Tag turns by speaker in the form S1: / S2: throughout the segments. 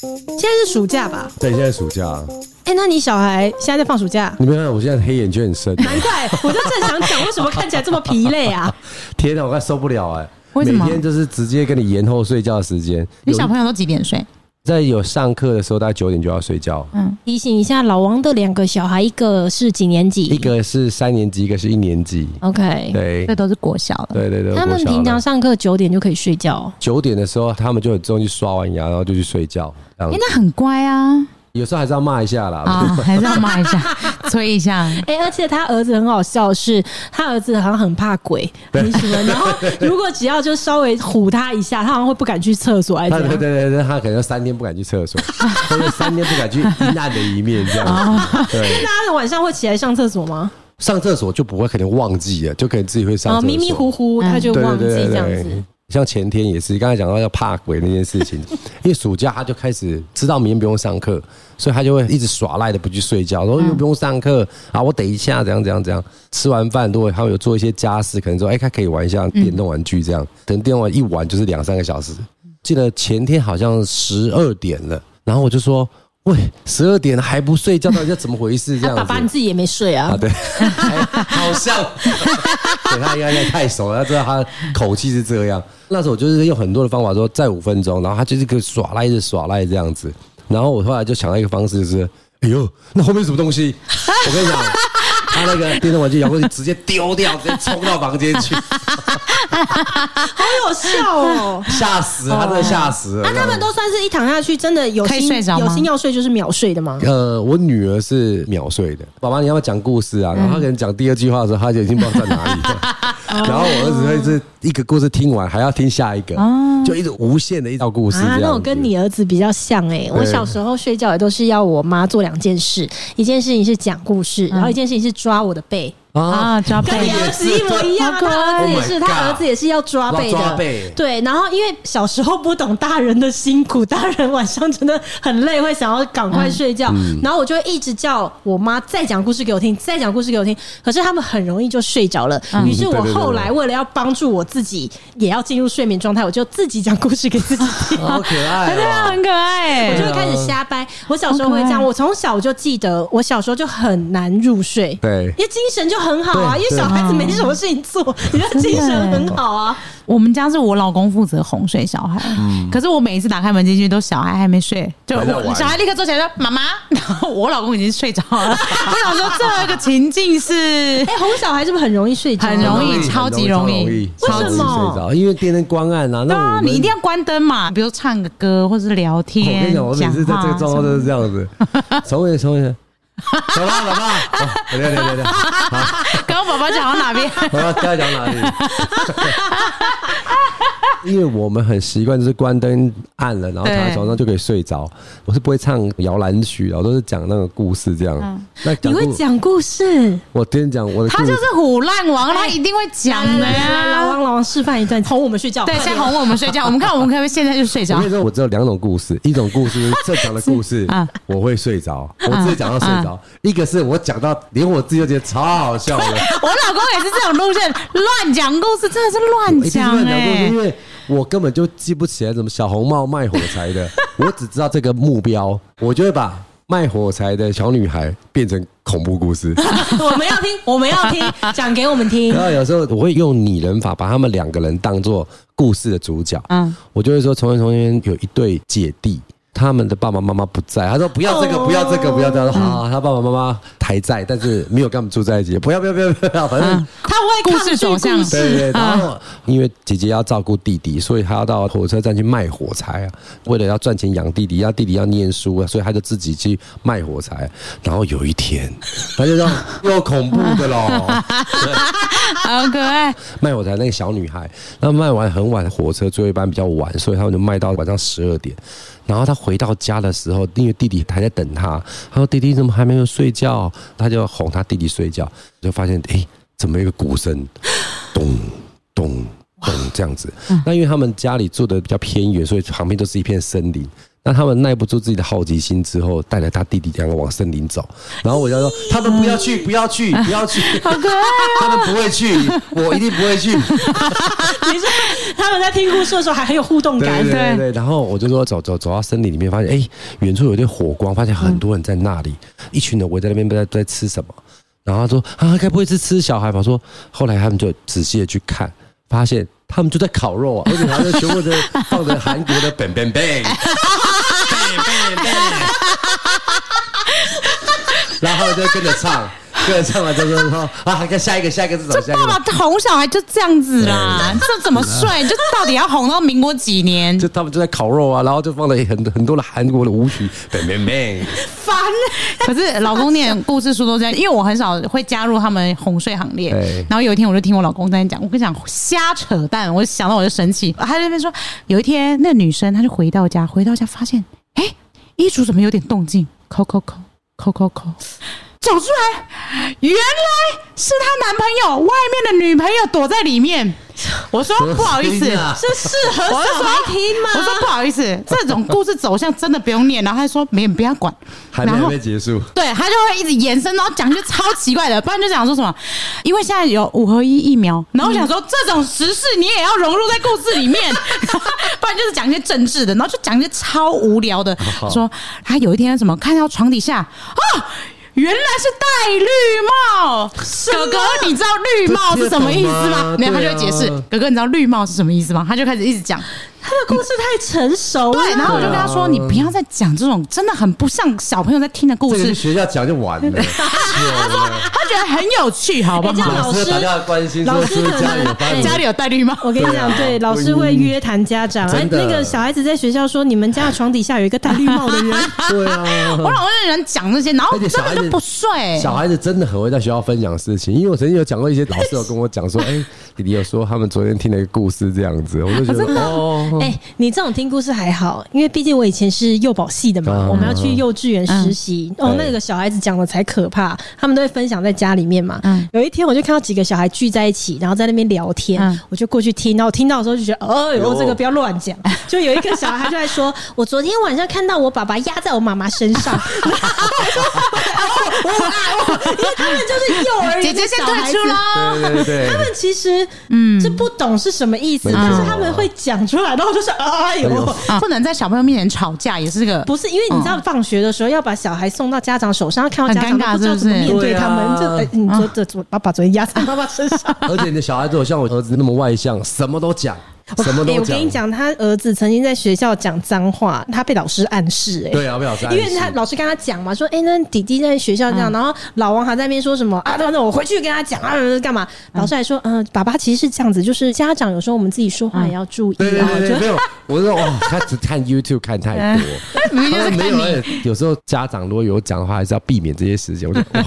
S1: 现在是暑假吧？
S2: 对，现在暑假，
S1: 哎、那你小孩现在在放暑假？
S2: 你没看我现在黑眼圈很深，
S1: 难怪，我就正想讲，为什么看起来这么疲累啊？
S2: 天哪，我快受不了哎、
S3: 为什
S2: 每
S3: 么
S2: 天就是直接跟你延后睡觉的时间。
S3: 你
S2: 有
S3: 小朋友都几点睡？
S2: 在有上课的时候，大概九点就要睡觉。
S1: 提醒一下老王的两个小孩，一个是几年级？
S2: 一个是三年级，一个是一年级。
S1: OK，
S2: 对
S3: 这都是国小了。
S2: 对对对，
S1: 他
S2: 我
S1: 们
S2: 小
S1: 平常
S2: 了
S1: 上课九点就可以睡觉哦。
S2: 九点的时候，他们就很重去刷完牙，然后就去睡觉。这样
S3: 哎、，那很乖啊
S2: 有时候还是要骂一下啦。
S3: 啊，还是要骂一下，催一下。
S1: 哎、而且他儿子很好笑是，他儿子好像很怕鬼， 很喜欢。然后如果只要就稍微唬他一下，他好像会不敢去厕所，还是
S2: 他
S1: 怎
S2: 对对
S1: 样？
S2: 对对，他可能三天不敢去厕所，或者三天不敢去阴暗的一面这样子。对，
S1: 大家晚上会起来上厕所吗？
S2: 上厕所就不会，可能忘记了，就可能自己会上
S1: 然后
S2: 厕所。
S1: 哦迷迷糊糊，他就
S2: 对
S1: 忘记
S2: 对对
S1: 这样
S2: 对
S1: 子。
S2: 像前天也是，刚才讲到要怕鬼那件事 情，因为暑假他就开始知道明天不用上课，所以他就会一直耍赖的不去睡觉，
S1: 嗯
S2: 说哎又不用上课啊，我等一下怎样怎样怎样。吃完饭如果他有做一些家事，可能说哎，他可以玩一
S1: 嗯
S2: 下电动玩具这样，等电动玩一玩就是两三个小时。记得前天好像十二点了，然后我就说喂，十二点了还不睡觉，到底是怎么回事？
S1: 他
S2: 这样
S1: 啊 爸
S2: 子
S1: 爸你自己也没睡啊
S2: 啊，？对，哎 好像， 对他应该太熟了，他知道他口气是这样。那时候我就是用很多的方法说再五分钟，然后他就是个耍赖，一直耍赖这样子。然后我后来就想到一个方式，就是哎呦，那后面是什么东西？我跟你讲。他那个电动玩具遥控器直接丢掉，直接冲到房间去，
S1: 好有笑哦！
S2: 吓死了他，真的吓死了。
S1: 那、啊他们都算是一躺下去，真的有
S3: 可以
S1: 心
S3: 睡着吗
S1: 有心要睡就是秒睡的啊吗？
S2: 呃，我女儿是秒睡的。爸爸，你要不要讲故事啊？然后她可能讲第二句话的时候，她就已经不知道在哪里了。然后我儿子会是一个故事听完，还要听下一个，就一直无限的一道故事这样
S1: 啊，
S2: 子。
S1: 那我跟你儿子比较像哎、我小时候睡觉也都是要我妈做两件事，一件事情是讲故事，然后一件事情是抓我的背，
S2: 啊
S3: 啊，，抓
S1: 跟
S3: 背
S1: 你。儿子一模一样啊，
S3: 好
S1: 他
S3: 乖
S1: 儿子也是，
S2: Oh my
S1: 他儿子也是要抓背
S2: 要抓
S1: 的，
S2: 背
S1: 对。然后因为小时候不懂大人的辛苦，大人晚上真的很累，会想要赶快睡觉。
S2: 嗯
S1: 然后我就会一直叫我妈再讲故事给我听，再讲故事给我听。可是他们很容易就睡着了。于是我
S2: 对对对
S1: 后来为了要帮助我自己，也要进入睡眠状态，我就自己讲故事给自己 听。
S2: 好可爱
S3: 对啊，
S2: 哦。
S3: 很可爱
S1: 我就
S3: 欸。
S1: 会开始瞎掰。我小时候会这
S3: 好
S1: 样，
S3: 可爱
S1: 我从小就记得，我小时候就很难入睡。
S2: 对
S1: 因为精神就很好啊，
S2: 对
S1: 因为小孩子没什么事情做，你的精神很好啊。
S3: 我们家是我老公负责哄睡小孩，可是我每一次打开门进去，都小孩还没睡，就
S2: 还在玩
S3: 我小孩立刻坐起来说：“妈妈。”然后我老公已经睡着了。我想说，这个情境是
S1: 哎、哄小孩是不是很容易睡着？
S3: 很容易
S2: 很
S3: 超级
S2: 容
S3: 容易
S2: 超
S1: 为
S2: 容易
S1: 什
S2: 睡
S1: 么
S2: 着，因为电灯光暗啊。那
S3: 对啊
S2: 我，们
S3: 你一定要关灯嘛，比如唱个歌或是聊
S2: 我跟
S3: 天
S2: 你讲，我每次在这个状况
S3: 什
S2: 都
S3: 么
S2: 是这样子，重演重演，走了走了，好，对对对对，
S3: 刚刚宝宝讲到哪边？
S2: 我要要讲哪里？ 因为我们很习惯，就是关灯暗了，然后躺在
S3: 对
S2: 床上就可以睡着。我是不会唱摇篮曲的，我都是讲那个故事这样。那
S1: 你
S2: 讲
S1: 会
S2: 故，
S1: 讲故事？
S2: 我跟你讲我的故
S3: 他
S2: 事
S3: 就是虎烂王，他一定会讲
S1: 来
S3: 的
S1: 来来来，老
S3: 呀。
S1: 王老王示范一段，哄我们睡觉。
S3: 对，
S1: 快点
S3: 先哄我们睡觉，我们看我们可不可以现在就睡
S2: 我
S3: 着
S2: 跟你？说，我只有两种故事，一种故事就是正常的故
S3: 是
S2: 事
S3: 啊，
S2: 我会睡着，我自己讲到睡着；一个是我讲到连我自己都觉得超好笑的，
S3: 我老公也是这种路线，乱讲故事真的是
S2: 我
S3: 乱
S2: 一定是
S3: 讲
S2: 乱讲故事，
S3: 哎
S2: 因。为我根本就记不起来什么小红帽卖火 柴的，我只知道这个目标，我就会把卖火柴的小女孩变成恐怖 故事。
S1: 我们要听，我们要听，讲给我们听
S2: 然。后有时候我会用拟人法，把他们两个人当做故事的主角。
S3: 嗯
S2: 我就会说，从前从前有一对姐弟，他们的爸爸妈妈不在。他说不要这个，
S1: 哦
S2: 不要这个，不要这个。好好，好他爸爸妈妈还在，但是没有跟他们住在一起。不要，不要，不要，不要，反正。
S3: 嗯，他会
S1: 抗
S3: 故
S1: 拒
S3: 事走向
S1: 故
S2: 对
S3: 啊
S2: 对对，然后因为姐姐要照顾弟弟，所以她要到火车站去卖火柴啊。为了要赚钱养弟弟，要弟弟要念书啊，所以她就自己去卖火柴。然后有一天，她就说又恐怖的喽，
S3: 好啊可爱。
S2: 卖火柴那个小女孩，那卖完很晚，火车最后一班比较晚，所以他们就卖到晚上十二点。然后她回到家的时候，因为弟弟还在等她，她说：“弟弟你怎么还没有睡觉？”她就哄她弟弟睡觉，就发现诶，怎么有一个鼓声，咚咚咚这样子。那因为他们家里住的比较偏远，所以旁边都是一片森林。那他们耐不住自己的好奇心之后，带着他弟弟两个往森林走，然后我就说他们不要去，不要去，不要去， 好可爱、哦他们不会去， 我一定不会去。
S1: 你说他们在听故事的时候还很有互动感
S2: 对，对
S4: 对
S2: 对对，然后我就说走走走到森林里面，发现哎，远处有一堆火光，发现很多人在那里，一群人围在那边不知道在吃什么。然后他说啊，该不会是吃小孩吧？我说后来他们就仔细的去看，发现他们就在烤肉 啊，而且他们全部都放着韩国的 bang bang bang。然后就跟着唱，跟着唱完之后说啊，看下一个，下一个是什么？
S4: 这
S2: 下一个是什么
S4: 爸爸哄小孩就这样子啦，这怎么
S2: 啊
S4: 睡？就到底要哄到民国几年？
S2: 就他们就在烤肉啊，然后就放了很多很多的韩国的舞曲，bang bang bang。
S1: 烦欸
S4: 可是老公念故事书都这样，因为我很少会加入他们哄睡行列
S2: 对。
S4: 然后有一天我就听我老公在那讲，我跟你讲瞎扯淡，我想到我就生气。他在那边说，有一天那女生她就回到家，回到家发现，哎、衣橱怎么有点动静？抠抠抠抠抠抠，走出来，原来是她男朋友外面的女朋友躲在里面。我说不好意 思
S2: 天。哪
S1: 这适合
S4: 我是
S1: 小
S4: 说
S1: 孩听吗？
S4: 我说不好意思，这种故事走向真的不用念。然后他说没有，你不要管。
S2: 还没
S4: 然
S2: 还
S4: 后
S2: 没结束，
S4: 对他就会一直延伸，然后讲一些超奇怪的，不然就讲说什么，因为现在有五合一疫苗，然后我想说、这种时事你也要融入在故事 里面，不然就是讲一些政治的，然后就讲一些超无聊的，说他有一天什么看到床底下啊。原来是戴绿帽，哥哥，你知道绿帽是什么意思吗？
S2: 这听
S4: 然
S2: 得懂吗
S4: 后他就会解释
S2: 对啊，
S4: 哥哥，你知道绿帽是什么意思吗？他就开始一直讲，
S2: 哦
S1: 他的故事太成熟了。
S4: 对，然后我就跟他说，你不要再讲这种真的很不像小朋友在听的故
S2: 这个
S4: 事
S2: 去，学校讲就完了。久了
S4: 他觉得很有趣，好不
S1: 哎这样
S4: 好？
S1: 老
S2: 老
S1: 师
S2: 师打电话关心说
S1: 老师
S2: 是不
S1: 可
S2: 是家里
S1: 能
S2: 有发
S1: 哎
S2: 生
S4: 家里有戴绿帽，
S1: 我跟你讲，对，老师会约谈家长。哎，
S2: 真的
S1: 那个小孩子在学校说，你们家的床底下有一个戴绿帽的人，
S2: 对啊。
S4: 我老公就人讲这些，然后根本就不
S1: 哎
S4: 睡。
S2: 小孩子真的很会在学校分享事情，因为我曾经有讲过一些老师有跟 我讲说，哎、弟弟有说他们昨天听了一个故事这样子，我就觉得哦，
S1: 哎、你这种听故事还好，因为毕竟我以前是幼保系的嘛，
S2: 嗯
S1: 我们要去幼稚园实习、哦，
S2: 对
S1: 那个小孩子讲的才可怕，他们都会分享在家里面嘛。
S4: 嗯
S1: 有一天我就看到几个小孩聚在一起，然后在那边聊天，
S4: 嗯
S1: 我就过去听，然后听到的时候就觉得，哎呦，
S2: 哟
S1: 这个不要乱讲。就有一个小孩就在说，我昨天晚上看到我爸爸压在我妈妈身上，然后我说，哦我啊，我因为他们就是幼儿
S4: 姐
S1: 园的
S4: 姐先
S1: 小孩
S4: 退
S1: 子
S4: 出喽。
S2: 哦对对对
S1: 他们其实嗯
S4: 嗯
S1: 是不懂是什么意思，
S2: 没错
S1: 但是他们会讲出来，然后就是哎
S2: 哎
S1: 呦
S2: 呦。嗯
S4: 啊不能在小朋友面前吵架，也是个
S1: 不是，因为你知道，放学的时候要把小孩送到家长手上，要看到家长
S4: 很尴
S1: 都
S4: 尬
S1: 不知道怎么
S4: 是不是
S1: 面对他们。
S2: 对啊
S1: 这、哎你说这这爸爸昨天压在妈妈身上，
S2: 而且你的小孩子有像我儿子那么外向，什么都讲，什么都
S1: 哎
S2: 讲。
S1: 我跟你，讲，他儿子曾经在学校讲脏话，他被老师暗示、哎，
S2: 对啊，被老师暗
S1: 因
S2: 示，嗯
S1: 为他老师跟他讲嘛，说哎、那弟弟在学校这样，然后老王还在那边说什么啊？那那我回去跟他讲啊，
S2: 嗯
S1: 干嘛？老师还说，嗯、爸爸其实是这样子，就是家长有时候我们自己说话也要注意
S2: 嗯对对
S1: 啊，
S2: 对
S1: 就
S2: 对，没有，我说哦，他只看 YouTube 看太多。
S4: 嗯明明就
S2: 他说
S4: 是
S2: 没
S4: 看
S2: 有，
S4: 你。
S2: 而且有时候家长如果有讲的话，还是要避免这些事情。我就 哦，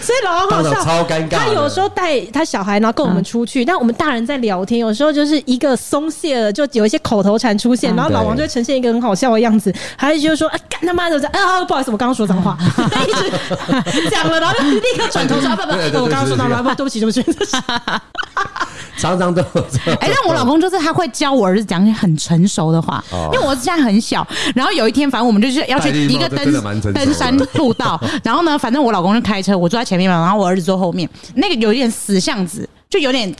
S1: 所以老王好
S2: 当
S1: 笑，
S2: 场超尴尬的
S1: 他有时候带他小孩，然后跟我们出去，但我们大人在聊天，有时候就是一个松懈了，就有一些口头禅出现，然后老王就会呈现一个很好笑的样子，他就觉得说啊，干他妈的，我在啊，不好意思，我刚刚说脏话，他一直讲了，然后就立刻转头说，啊不不，
S2: 对对对
S1: 我刚刚说脏话，不，对不起，对不起，
S2: 常常都有这样
S4: 哎，但我老公就是他会教我儿子讲一些很成熟的话，因为我儿子现在很小。然后有一天，反正我们就是要去一个
S2: 戴绿帽这真的蛮
S4: 登
S2: 成熟的
S4: 登山步道，然后呢，反正我老公就开车，我坐在前面嘛，然后我儿子坐后面，那个有一点死巷子，就有点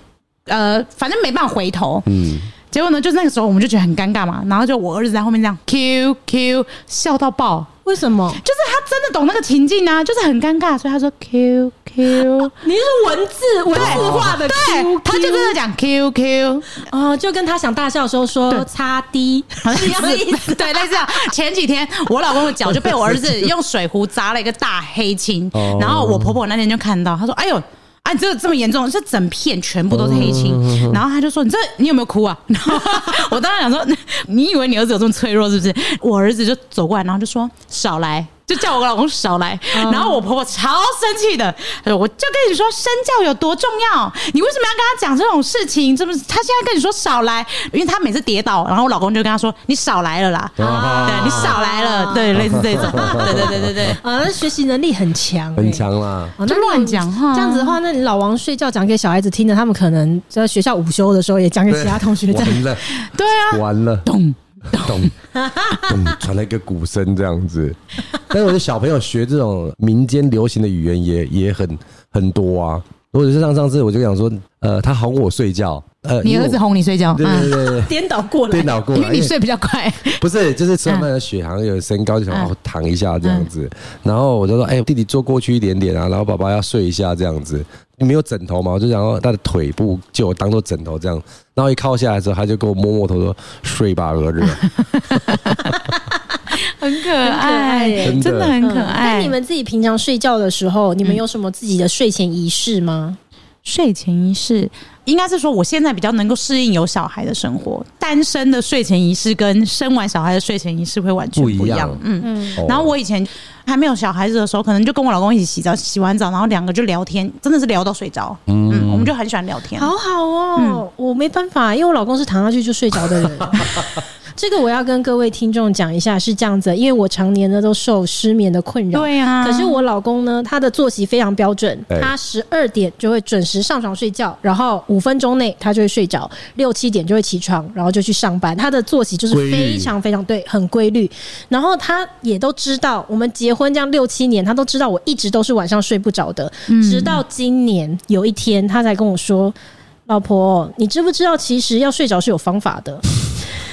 S4: 呃，反正没办法回头。
S2: 嗯，
S4: 结果呢，就那个时候我们就觉得很尴尬嘛，然后就我儿子在后面这样 Q Q 笑到爆，
S1: 为什么？
S4: 就是他真的懂那个情境啊，就是很尴尬，所以他说 Q Q，
S1: 你是文字文字化的 Q，
S4: 对，他就真的讲 Q Q，
S1: 哦，就跟他想大笑的时候说
S4: 对
S1: 擦滴，
S4: 好像是 对，类似这样。前几天我老公的脚就被我儿子用水壶砸了一个大黑青
S2: 哦，
S4: 然后我婆婆那天就看到，她说：“哎呦。”啊，你这个这么严重，这整片全部都是黑青。然后她就说：“你这你有没有哭啊？” 然后我当时想说：“ 你以为你儿子有这么脆弱是不是？”我儿子就走过来，然后就说：“少来。”就叫我老公少来，然后我婆婆超生气的，她说：“我就跟你说身教有多重要，你为什么要跟他讲这种事情？这么她现在跟你说少来，因为她每次跌倒，然后我老公就跟她说：你少来了啦，
S2: 啊
S4: 对你少来了，对，类似这 种，对对对对对。”
S1: 啊，那学习能力很强、
S2: 很
S1: 哎
S2: 强啦。
S1: 哦
S4: 就
S1: 那
S4: 乱
S1: 你
S4: 讲话
S1: 这样子的话，那你老王睡觉讲给小孩子 听的，他们可能在学校午休的时候也讲给其他同学在。
S2: 完了，
S4: 对啊，
S2: 完了，
S4: 咚
S2: 咚咚，传来一个鼓声这样子。但是我的小朋友学这种民间流行的语言也也很很多啊。如果是像上次我就想说，呃，他哄我睡觉，呃，
S4: 你
S2: 因为
S4: 儿
S2: 我
S4: 子哄你睡觉，
S2: 对对对对，
S1: 颠倒过
S2: 颠
S1: 来，
S2: 倒过来，
S4: 嗯，因为
S2: 因
S4: 你
S2: 为
S4: 睡比较快，
S2: 不是，就是吃完饭的血好像有升高，就想
S4: 嗯
S2: 哦躺一下这样子。然后我就说，哎、弟弟坐过去一点点啊，然后爸爸要睡一下这样子。你没有枕头嘛？我就想要他的腿部就我当做枕头这样。然后一靠下来的时候，他就给我摸摸头说：“睡吧，儿子。
S4: 很可
S1: 爱耶
S2: 真的
S4: 真的很可
S1: 嗯
S4: 爱。
S1: 那你们自己平常睡觉的时候，你们有什么自己的睡前仪式吗？
S4: 睡前仪式，应该是说我现在比较能够适应有小孩的生活。单身的睡前仪式跟生完小孩的睡前仪式会完全不一样。
S2: 不一样
S4: 嗯。
S1: 嗯，
S2: 哦
S4: 然后我以前还没有小孩子的时候，可能就跟我老公一起洗澡，洗完澡然后两个就聊天，真的是聊到睡着。嗯我们就很喜欢聊天。
S1: 好好哦，
S4: 嗯
S1: 我没办法，因为我老公是躺下去就睡着的 人。这个我要跟各位听众讲一下，是这样子，因为我常年呢都受失眠的困扰。
S4: 对啊，
S1: 可是我老公呢，他的作息非常标准，
S2: 哎
S1: 他十二点就会准时上床睡觉，然后五分钟内他就会睡着，六七点就会起床，然后就去上班。他的作息就是
S2: 规律
S1: 非常非常对，很规律。然后他也都知道，我们结婚这样六七年，他都知道我一直都是晚上睡不着的，直到今年有一天，他才跟我说：“老婆，你知不知道其实要睡着是有方法的？”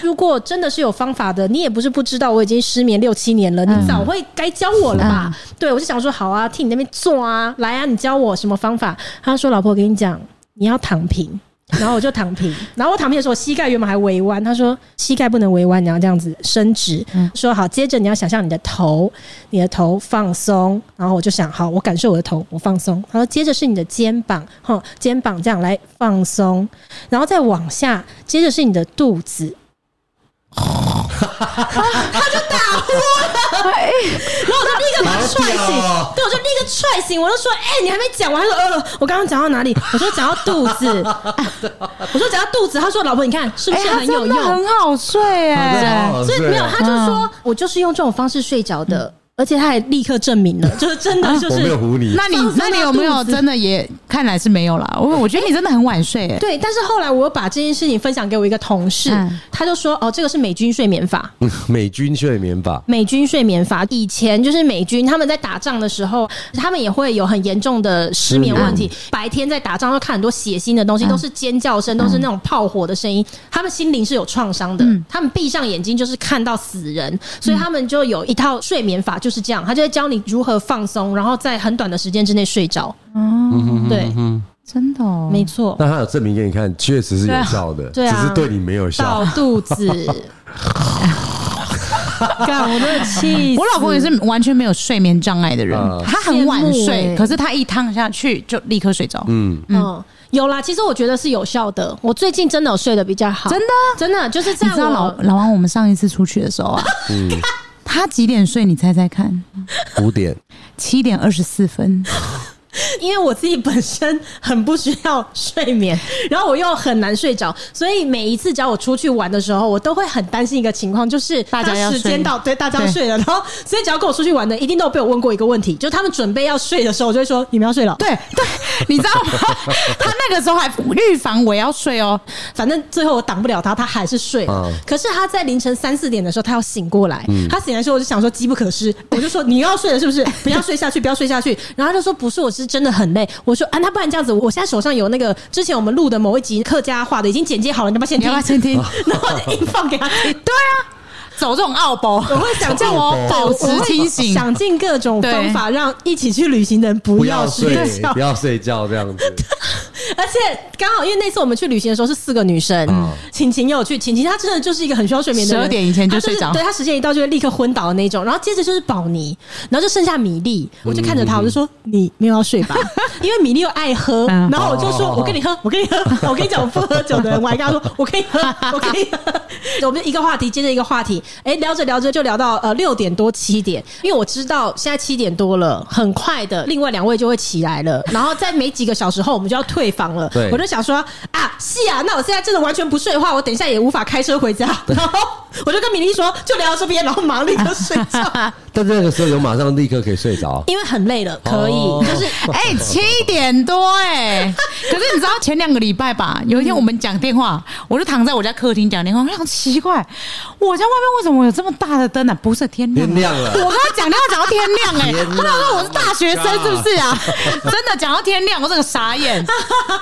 S1: 如果真的是有方法的，你也不是不知道，我已经失眠六七年了，你早会该教我了吧？对，我就想说，好啊，替你那边做啊，来啊，你教我什么方法？他说：“老婆，我跟你讲，你要躺平。”然后我就躺平，然后我躺平的时候，膝盖原本还微弯，他说膝盖不能微弯，你要这样子伸直。说好，接着你要想象你的头，你的头放松，然后我就想，好，我感受我的头，我放松。然后接着是你的肩膀，哈，肩膀这样来放松，然后再往下，接着是你的肚子。他就打呼了，然后我就立刻把他踹醒
S2: 好屌哦，
S1: 对，我就立刻踹醒，我就说：“哎、你还没讲完。”他说：“呃，我刚刚讲到哪里？”我说：“讲到肚子。我说：“讲到肚子。”他说：“老婆，你看是不
S4: 哎、
S1: 是
S4: 他
S1: 很有
S4: 真的
S1: 用？”
S4: 很嗯好睡
S2: 他真的
S4: 哎、
S2: 好好
S1: 所以
S2: 睡
S1: 没有，
S2: 哦
S1: 他就说、我就是用这种方式睡着的，而且他还立刻证明
S4: 嗯
S1: 了，就是真的就
S2: 啊我没
S1: 是
S2: 有。唬你，
S4: 那你
S1: 放松到
S4: 那你有没有真的也看来是没有啦？我我觉得你真的很晚睡哎、
S1: 对，但是后来我又把这件事情分享给我一个同事，
S4: 嗯
S1: 他就说：“哦，这个是美军睡眠法，
S2: 美军睡眠法。
S1: 美军睡眠法。以前就是美军他们在打仗的时候，他们也会有很严重的失眠问
S4: 嗯
S1: 题。白天在打仗要看很多血腥的东西，都是尖叫声，都
S4: 嗯
S1: 是那种炮火的声音。他们心灵是有创伤的，他们闭上眼睛就是看到死人，所以他们就有一套睡眠法，就是这样，他就会教你如何放松，然后在很短的时间之内睡着。
S4: 嗯
S1: 对，
S4: 真的、哦，
S1: 没错，
S2: 那他有证明给你看，确实是有效的，
S1: 对啊
S2: 只是对你没有 效
S1: 到。肚子。 干，我都气死！
S4: 我老公也是完全没有睡眠障碍的人，
S2: 嗯
S4: 他很晚
S1: 羡慕
S4: 睡，
S1: 欸
S4: 可是他一躺下去就立刻睡着。
S2: 嗯，
S1: 嗯，有啦，其实我觉得是有效的。我最近真的有睡得比较好，
S4: 真的啊
S1: 真的就是在
S4: 你知道
S1: 我
S4: 老老王，我们上一次出去的时候啊，
S2: 嗯
S4: 他几点睡？你猜猜看，
S2: 五点，
S4: 七点二十四分。
S1: 因为我自己本身很不需要睡眠， 然后我又很难睡着，所以每一次只要我出去玩的时候，我都会很担心一个情况，就是
S4: 大家要
S1: 时间
S4: 睡
S1: 到，对，大家要
S4: 对
S1: 睡了，然后所以只要跟我出去玩的，一定都有被我问过一个问题，就是他们准备要睡的时候，我就会说你们要睡了，
S4: 对对，你知道吗？ 他那个时候还预防我要睡哦，
S1: 反正最后我挡不了他，他还是睡了。
S2: 嗯
S1: 可是他在凌晨三四点的时候，他要醒过来。
S4: 嗯
S1: 他醒来的时候，我就想说机不可失，我就说你要睡了是 不是？不要睡下去，不要睡下去。然后他就说不是，我是真的很累。我说啊，那不然这样子，我现在手上有那个之前我们录的某一集客家话的，已经剪接好了，你要不要先
S4: 你
S1: 听哦
S4: 要不？要先听？
S1: 然后我就硬放给他听。
S4: 对啊，走这种奥博，
S1: 我会想尽
S4: 叫 我哦保持
S1: 我会
S4: 清醒。
S1: 想尽各种方法让一起去旅行的人不
S2: 不
S1: 要
S2: 要
S1: 睡
S2: 睡，
S1: 觉
S2: 不。要睡觉这样子。
S1: 而且刚好因为那次我们去旅行的时候是四个女生
S2: 嗯，
S1: 晴晴也有去，晴晴她真的就是一个很需要睡眠的人，
S4: 12点以前就
S1: 她是
S4: 睡着
S1: 对她时间一到就会立刻昏倒的那种。然后接着就是宝妮，然后就剩下米粒，我就看着她，我就说你没有要睡吧，因为米粒又爱喝，
S4: 嗯
S1: 然后我就说
S2: 哦
S1: 我跟你喝， 我跟你喝，我跟你讲我不喝酒的人，我还跟她说我可以喝，我可以喝。我们就一个话题接着一个话题，哎，聊着聊着就聊到呃六点多七点，因为我知道现在七点多了，很快的，另外两位就会起来了，然后在没几个小时后我们就要退房了
S2: 对，
S1: 我就。我就想说啊，是啊，那我现在真的完全不睡的话，我等一下也无法开车回家。然后我就跟米粒说，就聊到这边，然后马上立刻睡觉，
S2: 但是那个时候有马上立刻可以睡着，
S1: 因为很累了，可以，
S2: 哦
S1: 就是
S4: 哎、七点多哎、 可是你知道前两个礼拜吧，有一天我们讲电话，我就躺在我家客厅讲电话，我想奇怪，我家外面为什么有这么大的灯啊？不是天亮、啊，
S2: 天亮了
S4: 我跟他讲电话讲到天亮哎、
S2: 天
S4: 欸，
S2: 亮啊
S4: 他说我是大学生
S2: Oh my
S4: 是不是 啊？真的讲到天亮，我这个傻眼，
S2: 哦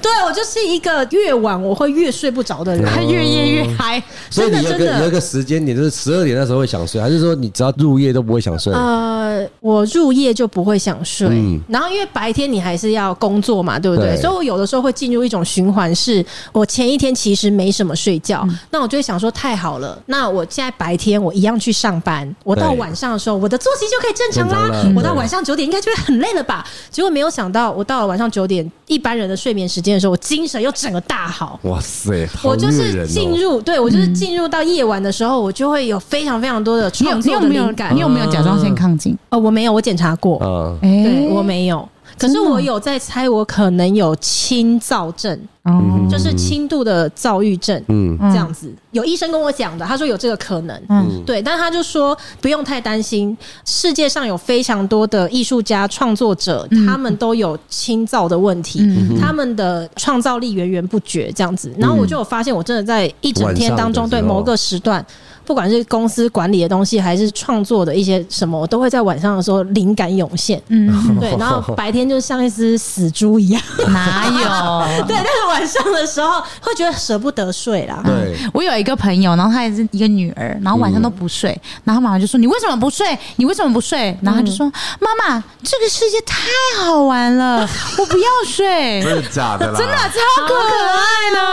S1: 对我就是一个越晚我会越睡不着的人。
S4: 越夜越嗨。
S2: 哦所以你有一
S1: 真的真
S2: 个
S1: 的
S2: 有一个时间点，就是十二点那时候会想睡，还是说你只要入夜都不会想睡？
S1: 呃，我入夜就不会想睡，
S2: 嗯
S1: 然后因为白天你还是要工作嘛，对不对？
S2: 对
S1: 所以我有的时候会进入一种循环，是我前一天其实没什么睡觉，
S2: 嗯
S1: 那我就会想说太好了，那我现在白天我一样去上班，我到
S2: 对
S1: 晚上的时候我的作息就可以正常啦，
S2: 正常了
S1: 我到
S2: 对
S1: 晚上九点应该就会很累了吧？结果没有想到，我到了晚上九点一般人的睡眠时间的时候，我精神又整个大好，
S2: 哇塞，好
S1: 我就
S2: 虐人
S1: 是
S2: 哦
S1: 进入，对我就是进入到夜晚的时候，我就会有非常非常多的
S4: 你有
S1: 创
S4: 你
S1: 作
S4: 有
S1: 的
S4: 没有
S1: 灵感
S4: 你。有没有甲状腺亢进？
S1: 哦，我没有，我检查过，
S2: 啊，
S4: 哎、
S1: 嗯对我没有。可是
S4: 真的哦
S1: 我有在猜，我可能有轻躁症，
S4: 哦，
S1: 就是轻度的躁郁症
S2: 嗯，
S1: 这样子。有医生跟我讲的，他说有这个可能。
S4: 嗯
S1: 对，但他就说不用太担心，世界上有非常多的艺术家、创作者，他们都有轻躁的问题，
S4: 嗯
S1: 他们的创造力源源不绝，这样子。然后我就有发现，我真的在一整天当中，
S2: 晚上的
S1: 对
S2: 时候
S1: 某个时段，不管是公司管理的东西，还是创作的一些什么，我都会在晚上的时候灵感涌现。
S4: 嗯，
S1: 对，然后白天就像一只死猪一样，
S4: 哪 有？
S1: 对，但是晚上的时候会觉得舍不得睡啦。
S2: 对，
S4: 我有一个朋友，然后她也是一个女儿，然后晚上
S2: 嗯
S4: 都不睡，然后妈妈就说：“你为什么不睡？你为什么不睡？”然
S1: 嗯
S4: 后她就说：“妈妈，这个世界太好玩了，我不要 睡。”
S2: 的假的啦？
S4: 真的超可爱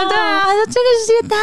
S4: 的，对啊，她说这个世界太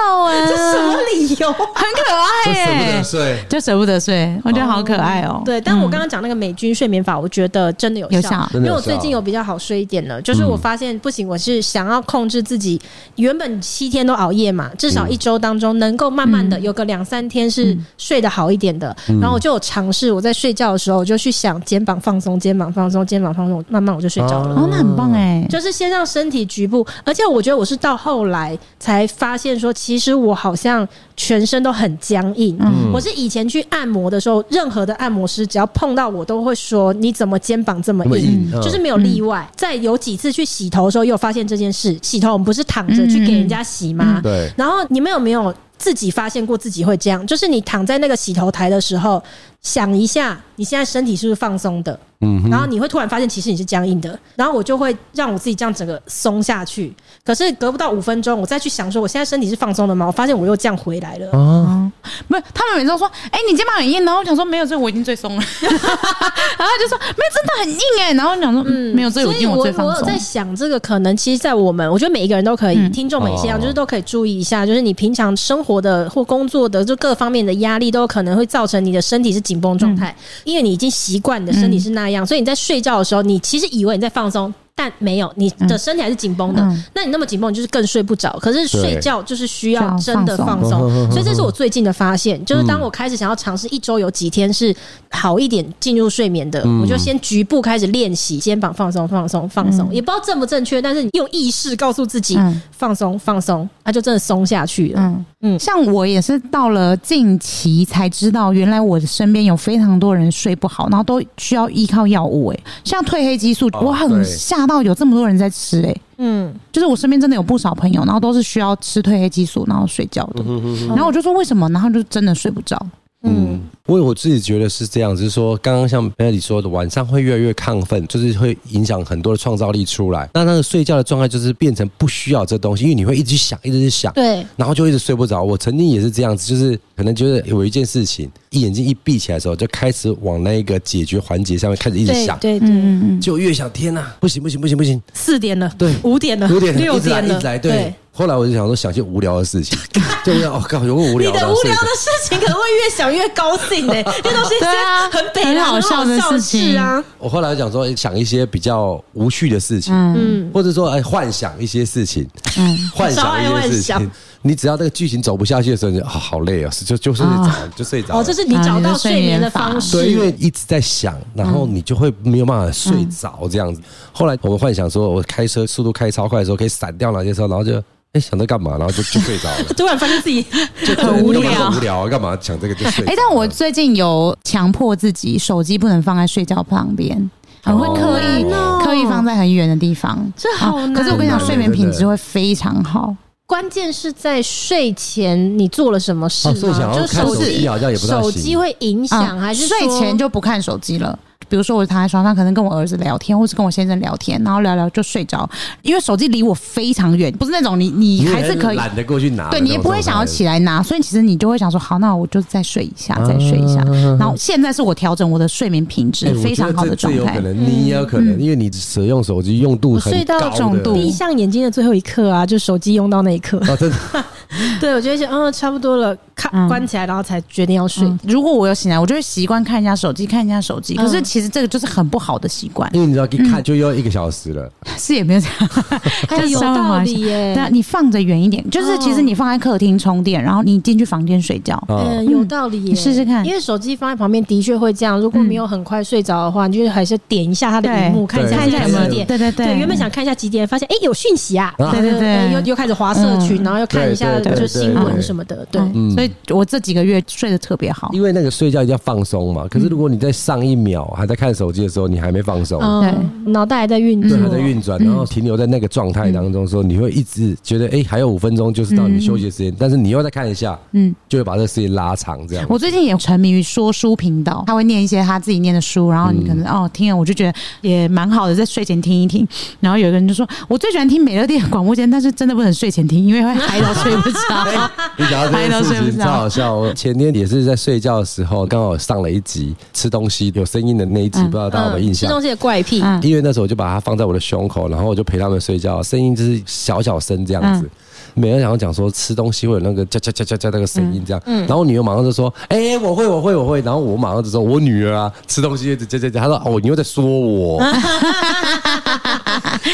S4: 好玩了，
S1: 哦这什么理由？
S4: 很可爱
S2: 就舍不
S4: 耶
S1: 哎
S2: 得、睡。
S4: 就舍不得睡，我觉得好可爱哦、
S1: 对，但我刚刚讲那个美军睡眠法，我觉得真的有
S4: 有
S1: 效，
S4: 效
S1: 因为我
S2: 真的有效
S1: 最近有比较好睡一点了。就是我发现不行，我是想要控制自己，原本七天都熬夜嘛，至
S2: 嗯
S1: 少一周当中能够慢慢
S4: 嗯
S1: 的有个两三天是睡得好一点的。
S2: 嗯
S1: 然后我就有尝试，我在睡觉的时候，我就去想肩膀放松，肩膀放松，肩膀放松，慢慢我就睡着
S2: 啊
S1: 了。
S4: 哦，那很
S2: 嗯
S4: 棒哎、
S1: 就是先让身体局部，而且我觉得我是到后来才发现说，其实我好像全身都很僵硬。
S2: 嗯
S4: 嗯
S1: 我是以前去按摩的时候，任何的按摩师只要碰到我，都会说你怎么肩膀这么
S2: 那么
S1: 硬。
S2: 硬，嗯
S1: 就是没有例外，在有几次去洗头的时候，又发现这件事。洗头我们不是躺着去给人家洗吗？
S2: 对，
S1: 然后你们有没有自己发现过自己会这样？就是你躺在那个洗头台的时候，想一下你现在身体是不是放松的？
S2: 嗯哼
S1: 然后你会突然发现其实你是僵硬的，然后我就会让我自己这样整个松下去。可是隔不到五分钟，我再去想说我现在身体是放松的吗？我发现我又这样回来了。
S2: 啊，
S4: 不是，哦他们每次都说：“哎、你肩膀很硬。”然后我想说：“没有，这个我已经最 松了。”然后他就说：“没有，真的很硬哎、然后我想说：“嗯，没有，这个
S1: 所
S4: 我已
S1: 以
S4: 经
S1: 我
S4: 最放
S1: 我有
S4: 松。
S1: 在”想这个可能，其实，在我们我觉得每一个人都可以，
S4: 嗯
S1: 听众们也是一样，
S2: 哦
S1: 就是都可以注意一下，就是你平常生活的或工作的，就各方面的压力，都有可能会造成你的身体是紧绷状
S4: 嗯
S1: 态，因为你已经习惯你的身体是那样，所以你在睡觉的时候，你其实以为你在放松。但没有，你的身体还是紧绷的。
S4: 嗯
S1: 那你那么紧绷，你就是更睡不着。可是睡觉就是需要
S4: 需要
S1: 真的
S4: 放
S1: 放
S4: 松
S1: 松，所以这是我最近的发现，就是当
S2: 嗯
S1: 我开始想要尝试一周有几天是好一点进入睡眠的，
S2: 嗯
S1: 我就先局部开始练习肩膀放松、放松、放松，也不知道正不正确，但是你用意识告诉自己
S4: 嗯
S1: 放松、放松，那就真的松下去了。
S4: 嗯嗯，
S1: 嗯
S4: 像我也是到了近期才知道，原来我的身边有非常多人睡不好，然后都需要依靠药物、欸。像褪黑激素，
S2: 哦
S4: 我很
S2: 对
S4: 吓到有这么多人在吃、欸。
S1: 嗯，
S4: 就是我身边真的有不少朋友，然后都是需要吃褪黑激素，然后睡觉的。然后我就说为什么，然后就真的睡不着。
S2: 嗯，我我自己觉得是这样，就是说，刚刚像 Melody 说的，晚上会越来越亢奋，就是会影响很多的创造力出来。那那个睡觉的状态就是变成不需要这东西，因为你会一直去想，一直去想，
S1: 对，
S2: 然后就一直睡不着。我曾经也是这样子，就是可能觉得有一件事情，一眼睛一闭起来的时候，就开始往那个解决环节上面开始一直
S1: 对，
S2: 想，
S1: 对，对，
S4: 嗯嗯
S2: 就越想，天哪、不行不行不行 不行，
S1: 四点了，
S2: 对
S1: 五点了，
S2: 有点
S1: 六
S2: 一直来
S1: 点
S2: 一
S1: 了，
S2: 直来，对。后来我就想说，想些无聊的 事情，就无聊，我哦靠，有个无
S1: 你
S2: 聊
S1: 的
S2: 的
S1: 无
S2: 事
S1: 聊
S2: 情。
S1: 的事情可能会越想越高兴 呢、这都是一些
S4: 对啊
S1: 很北
S4: 很
S1: 南
S4: 好笑的
S1: 很好
S4: 事
S1: 事
S4: 情
S1: 啊。
S2: 我后来想说，想一些比较无趣的事情，
S4: 嗯
S2: 或者说哎幻想一些事情，
S4: 嗯，
S2: 幻想一些事
S1: 超爱幻
S2: 情
S1: 想。
S2: 你只要这个剧情走不下去的时候，你就啊好累啊，就就睡着了，就睡着了。
S1: 哦，这是你
S4: 啊
S1: 找到睡眠的方式，，
S2: 对，因为一直在想，然后你就会没有办法睡着这样子。后来我们幻想说，我开车速度开超快的时候，可以闪掉哪些车，然后就哎想着干嘛，然后就就睡着了
S1: 突然发现自己
S2: 就
S3: 很无聊
S2: 干嘛很无聊，干嘛想这个就睡着了。
S4: 哎、但我最近有强迫自己，手机不能放在睡觉旁边，很会刻意、
S1: 哦
S4: 刻意放在很远的地方。啊
S1: 这好难
S4: 可是我跟你讲，
S2: 哦
S4: 睡眠品质会非常好。
S1: 关键是在睡前你做了什么事
S2: 哦
S1: 吗？
S2: 睡前好像
S1: 就
S2: 看
S1: 手
S2: 手机好像也不大
S1: 手
S2: 行
S1: 机会影响、
S4: 啊
S1: 还是说
S4: 睡前就不看手机了？比如说我躺在床上，可能跟我儿子聊天，或是跟我先生聊天，然后聊聊就睡着，因为手机离我非常远，不是那种你你
S2: 也
S4: 还是可以。
S2: 懒得过去拿，
S4: 对你也不会想要起来拿，所以其实你就会想说，好，那我就再睡一下，再睡一下。然后现在是我调整我的睡眠品质
S2: 嗯哎我觉得
S4: 非常好的
S2: 这
S4: 状
S2: 这有
S4: 态嗯
S2: 可，能，你也有可能，因为你使用手机用度
S1: 我
S2: 很
S1: 睡到
S2: 高的
S4: 重度
S1: 闭上眼睛的最后一刻啊，就手机用到那一刻，
S2: 啊，真的
S1: 对我就会觉得嗯差不多了，咔
S4: 嗯
S1: 关起来，然后才决定要睡。
S4: 嗯如果我有醒来，我就会习惯看一下手机，看一下手机。可是其实这个就是很不好的习惯，
S2: 因为你知道一看就要一个小时了，
S4: 是也没有这样。
S1: 哎
S4: 就
S1: 有
S4: 稍微
S1: 道
S4: 玩一
S1: 理
S4: 下
S1: 耶，
S4: 但你放着远一点，就是其实你放在客厅充电，然后你进去房间睡觉。
S2: 啊
S1: 嗯，有道理耶，
S4: 你试试看
S1: 因为手机放在旁边的确会这样，如果没有很快睡着的话，你就还是点一下它的
S4: 对
S1: 屏幕，看一下
S2: 对
S4: 看一下有没有
S1: 几点。
S4: 对对对，
S1: 对，原本想看一下几点，发现哎、有讯息啊，
S2: 啊
S4: 对对对
S1: 呃又又开始划社群，
S2: 嗯
S1: 然后又看一下
S2: 对对对
S1: 就
S2: 对
S1: 新闻什么的，对，
S4: 嗯所以我这几个月睡得特别好。
S2: 因为那个睡觉一定要放松嘛。可是如果你在上一秒还在看手机的时候，你还没放松，
S1: 嗯，脑袋还在运
S2: 对，
S1: 作，
S2: 还在运
S4: 嗯
S2: 转，然后停留在那个状态当中的时候，你会一直觉得，哎，还有五分钟就是到你休息的时
S4: 嗯
S2: 间，但是你又再看一下，嗯，就会把这个时间拉长，这样。
S4: 我最近也沉迷于说书频道，他会念一些他自己念的书，然后你可能、哦听了，我就觉得也蛮好的，在睡前听一听。然后有一个人就说，我最喜欢听美乐蒂的广播间，但是真的不能睡前听，因为会嗨到睡不着。
S2: 你讲到这件事
S4: 拍到睡不
S2: 情
S4: 着
S2: 超好笑，我前天也是在睡觉的时候，刚好上了一集吃东西有声音的那一集，
S4: 嗯
S2: 不知道大家有没有印
S1: 吃
S2: 象？
S1: 东西的怪癖，
S4: 嗯
S2: 因为那时候我就把它放在我的胸口，然后我就陪他们睡觉，声音就是小小声这样子。每个人想要讲说吃东西会有那个叫叫叫叫叫那个声音这样，然后我女儿马上就说：“哎、我会我会我会。”然后我马上就说：“我女儿啊，吃东西叫叫叫。”她说：“哦，你又在说我。”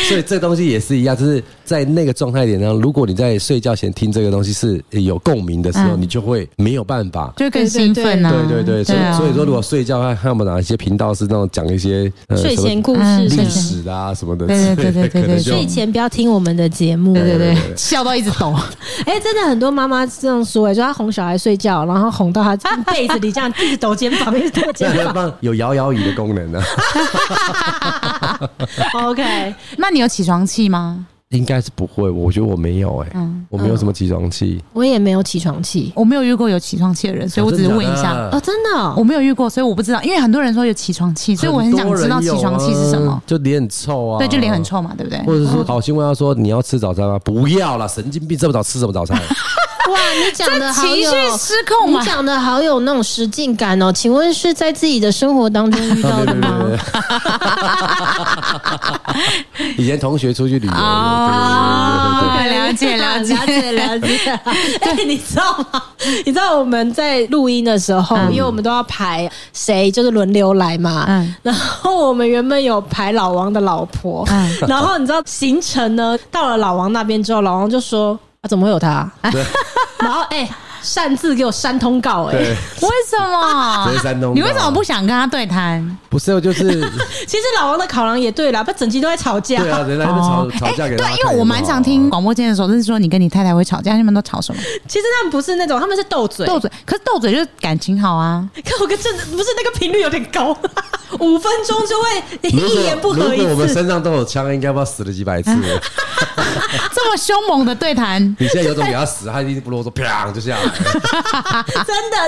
S2: 所以这东西也是一样，就是在那个状态点上，如果你在睡觉前听这个东西是有共鸣的时候，
S4: 嗯
S2: 你就会没有办法。
S4: 就更兴奋啊！
S2: 对对对，所以、
S4: 啊
S2: 所以说，如果睡觉还还有没有哪一些频道是那种讲一些、呃、
S1: 睡
S2: 什么
S1: 前故事
S4: 嗯
S1: 什
S2: 历
S1: 么。
S2: 史啊什么的，
S4: 对对对对对
S2: 可能
S4: 对
S2: 就
S1: 睡前不要听我们的节目，
S4: 对对对，笑到一直抖。
S1: 哎、真的很多妈妈这样说、哎，说她哄小孩睡觉，然后哄到她被子里这样一直抖肩膀，一直抖肩
S2: 那要
S1: 膀。
S2: 放有摇摇椅的功能呢、
S1: OK，
S4: 那你有起床气吗？
S2: 应该是不会，我觉得我没有哎、
S4: 嗯
S2: 我没有什么起床气，
S1: 我也没有起床气
S4: 我没有遇过有起床气的人，所以我只是问一
S2: 哦真的。
S4: 下
S2: 假的
S1: 哦，真的哦、
S4: 我没有遇过，所以我不知道，因为很多人说有起床气，所以我很想知道起床气是
S2: 很多
S4: 什
S2: 人有
S4: 么
S2: 啊。就脸很臭啊，
S4: 对，就脸很。臭嘛，对不对？
S2: 或者是好心问他说：“你要吃早餐吗？”不要啦，神经病，这么早吃什么早餐？
S1: 哇，你讲的好
S4: 情
S1: 有
S4: 绪失控
S1: 你
S4: 嘛？
S1: 讲的好有那种实境感哦。请问是在自己的生活当中遇 到的吗？
S2: 以前同学出去旅游，对对对对对
S4: 啊，了解了解
S1: 了解了解。 哎、你知道吗？你知道我们在录音的时候，因为我们都要排谁就是轮流来嘛。
S4: 嗯
S1: 然后我们原本有排老王的老婆，
S4: 嗯
S1: 然后你知道行程呢，到了老王那边之后，老王就说：“啊，怎么会有他？” 然后哎、擅自给我删通告、哎，
S2: 对
S4: 为什 么
S2: 直接山东？
S4: 你为什么不想跟他对谈？
S2: 不是，我就是
S1: 其实老王的考量也对啦，不然整集都在吵架。
S2: 对啊，人家在
S4: 哦
S2: 吵吵架给大家
S4: 哎对，
S2: 看
S4: 因为我蛮常听
S2: 有啊
S4: 广播间的时候，就是说你跟你太太会吵架，你们都吵什么？
S1: 其实他们不是那种，他们是斗嘴。
S4: 斗嘴，可是斗嘴就是感情好啊。
S1: 可我跟这不是那个频率有点高， 五分钟就会
S2: 没有。
S1: 一言不合一
S2: 如果我们
S1: 次。
S2: 身上都有枪，应该不知道死了几 百次了。，
S4: 这么凶猛的对谈
S2: 你现在有种给他死，他一定不啰嗦，啪就下来了。
S1: 真的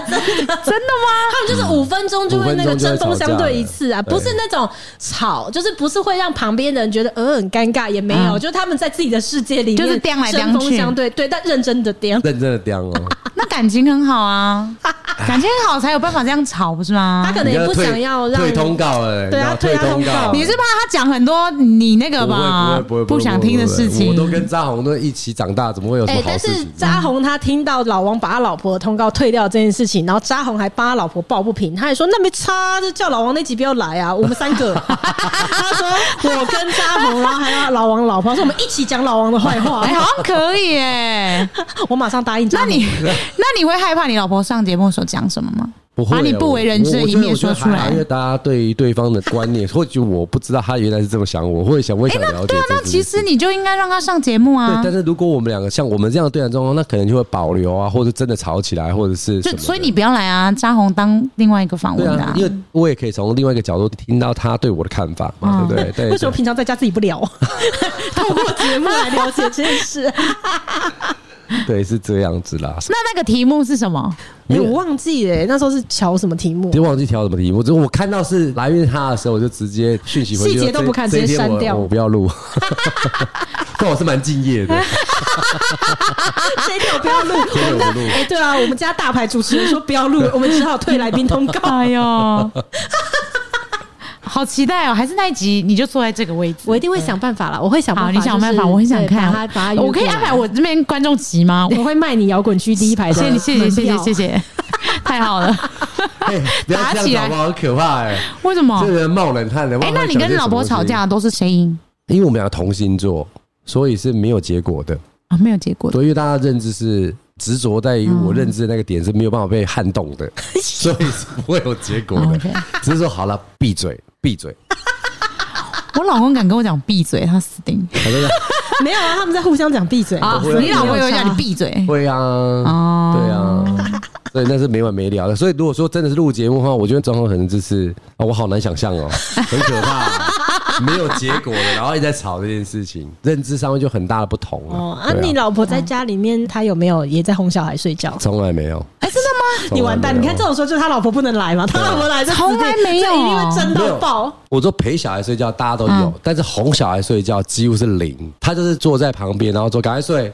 S1: 真的，
S4: 真的吗？
S1: 他们就是五分钟就会那个针锋相对一次啊，
S2: 嗯五分钟就会吵架了
S1: 不是那种吵，就是不是会让旁边的人觉得呃很尴尬，也没有，
S4: 嗯
S1: 就是他们在自己的世界里面
S4: 就是颠来颠去
S1: 针锋相对，对，但认真的颠。
S2: 认真的刁哦，
S4: 那感情很好啊。感情好才有办法这样吵，不是吗？
S1: 他可能也不想要让
S2: 退通告了，
S1: 对啊
S2: 你知道
S1: 退他通
S2: 通
S1: 告
S4: 你是怕他讲很多你那个
S2: 不会
S4: 吧？
S2: 哦不会不会
S4: 想听的事情。
S2: 我都跟扎红都一起长大，怎么会有什
S1: 哎、
S2: 么好
S1: 但
S2: 事
S1: 是
S2: 情？
S1: 扎红他听到老王把他老婆的通告退掉这件事情，然后扎红还帮他老婆抱不平，他还说那没差，就叫老王那集不要来啊，我们三 个。他说我跟扎红，然后还有老王老婆，他说我们一起讲老王的坏 话
S4: 哎、。好像可以哎、
S1: 我马上答应扎
S4: 那
S1: 红。
S4: 你那你会害怕你老婆上节目所讲什么吗？
S2: 不会啊
S4: 把你不为人知的
S2: 我我
S4: 一面
S2: 我觉得
S4: 说出来
S2: 还好因为大家对于对方的观念，或许我不知道他原来是这么想我，或者想我也想了解
S4: 对啊，
S2: 这
S4: 那
S2: 件
S4: 其
S2: 事
S4: 实你就应该让他上节目
S2: 对
S4: 啊，。
S2: 但是如果我们两个像我们这样的对谈状况，那可能就会保留啊，或者真的吵起来，或者是什
S4: 就
S2: 么的
S4: 所以你不要来啊，扎红当另外一个访
S2: 对
S4: 问的、
S2: 啊，因为我也可以从另外一个角度听到他对我的看法嘛，
S4: 嗯
S2: 对不对？对，
S1: 为什么
S2: 对
S1: 平常在家自己不聊？透过节目来了解这件事，
S2: 对是这样子啦。
S4: 那那个题目是 什么？
S1: 哎我忘记了、那时候是瞧什么题目
S2: 别？忘记挑什么题目，只我看到是来源他的时候，我就直接讯息回去，
S1: 细节
S2: 说
S1: 都不看
S2: 这
S1: 直接
S2: 这一天我
S1: 删掉
S2: 我不要 录。但我是蛮敬业的，
S1: 哎这一天我不 要录，
S2: 这一天我不录。
S1: 哎、对啊，我们家大牌主持人说不要录，我们只好退来宾通告。
S4: 哎呦， 好期待哦！还是那一集你就坐在这个位置。
S1: 我一定会想办法啦，我会想办
S4: 好，
S1: 法。
S4: 你想办法，
S1: 就是
S4: 我很想
S1: 对
S4: 看啊哦
S1: 把它把它，
S4: 我可以
S1: 约过来
S4: 安排我这边观众席吗？
S1: 我会卖你摇滚区第一排的
S4: 谢谢
S1: 门
S4: 你，
S1: 票。
S4: 谢谢，谢谢，谢谢， 太好了！
S2: 哎，不要
S4: 打
S2: 这样
S4: 起
S2: 子
S4: 来
S2: 好不好？很可怕哎，
S4: 为什么？
S2: 这人冒冷汗的。
S4: 哎、
S2: 万一
S4: 那你
S2: 讲些
S4: 跟老
S2: 什么
S4: 婆
S2: 东西
S4: 吵架，都是谁赢
S2: 因为我们俩同星座，所以是没有结果的。
S4: 啊？没有结果的。
S2: 对，因为大家的认知是执着在于我认知的那个点是没有办法被撼动的，所以是不会有结果
S4: 哦
S2: 的
S4: OK。
S2: 只是说好了，闭嘴，闭嘴，
S4: 我啊老公敢跟我讲闭嘴，他死定
S2: 好的，
S1: 没有啊，他们在互相讲闭嘴
S4: 啊！
S2: 会啊
S4: 你老公也会叫你闭嘴
S2: 会啊，
S4: 哦
S2: 对啊。对，那是没完没了的。所以如果说真的是录节目的话，我觉得状况可能就是啊，我好难想象哦，很可怕、没有结果的，然后一直在吵这件事情，认知上面就很大的不同了。
S1: 哦，啊，
S2: 对
S1: 你老婆在家里面，她有没有也在哄小孩睡觉？
S2: 从来没有，
S4: 哎、真的吗？
S1: 你完蛋！
S2: 从来没有
S1: 你看这种时候，就是他老婆不能来嘛，
S4: 啊
S1: 他老婆来就
S4: 从来没有
S1: 这一定会争到爆。
S2: 我说陪小孩睡觉大家都有，
S4: 嗯
S2: 但是哄小孩睡觉几乎是零。他就是坐在旁边，然后说赶快 睡，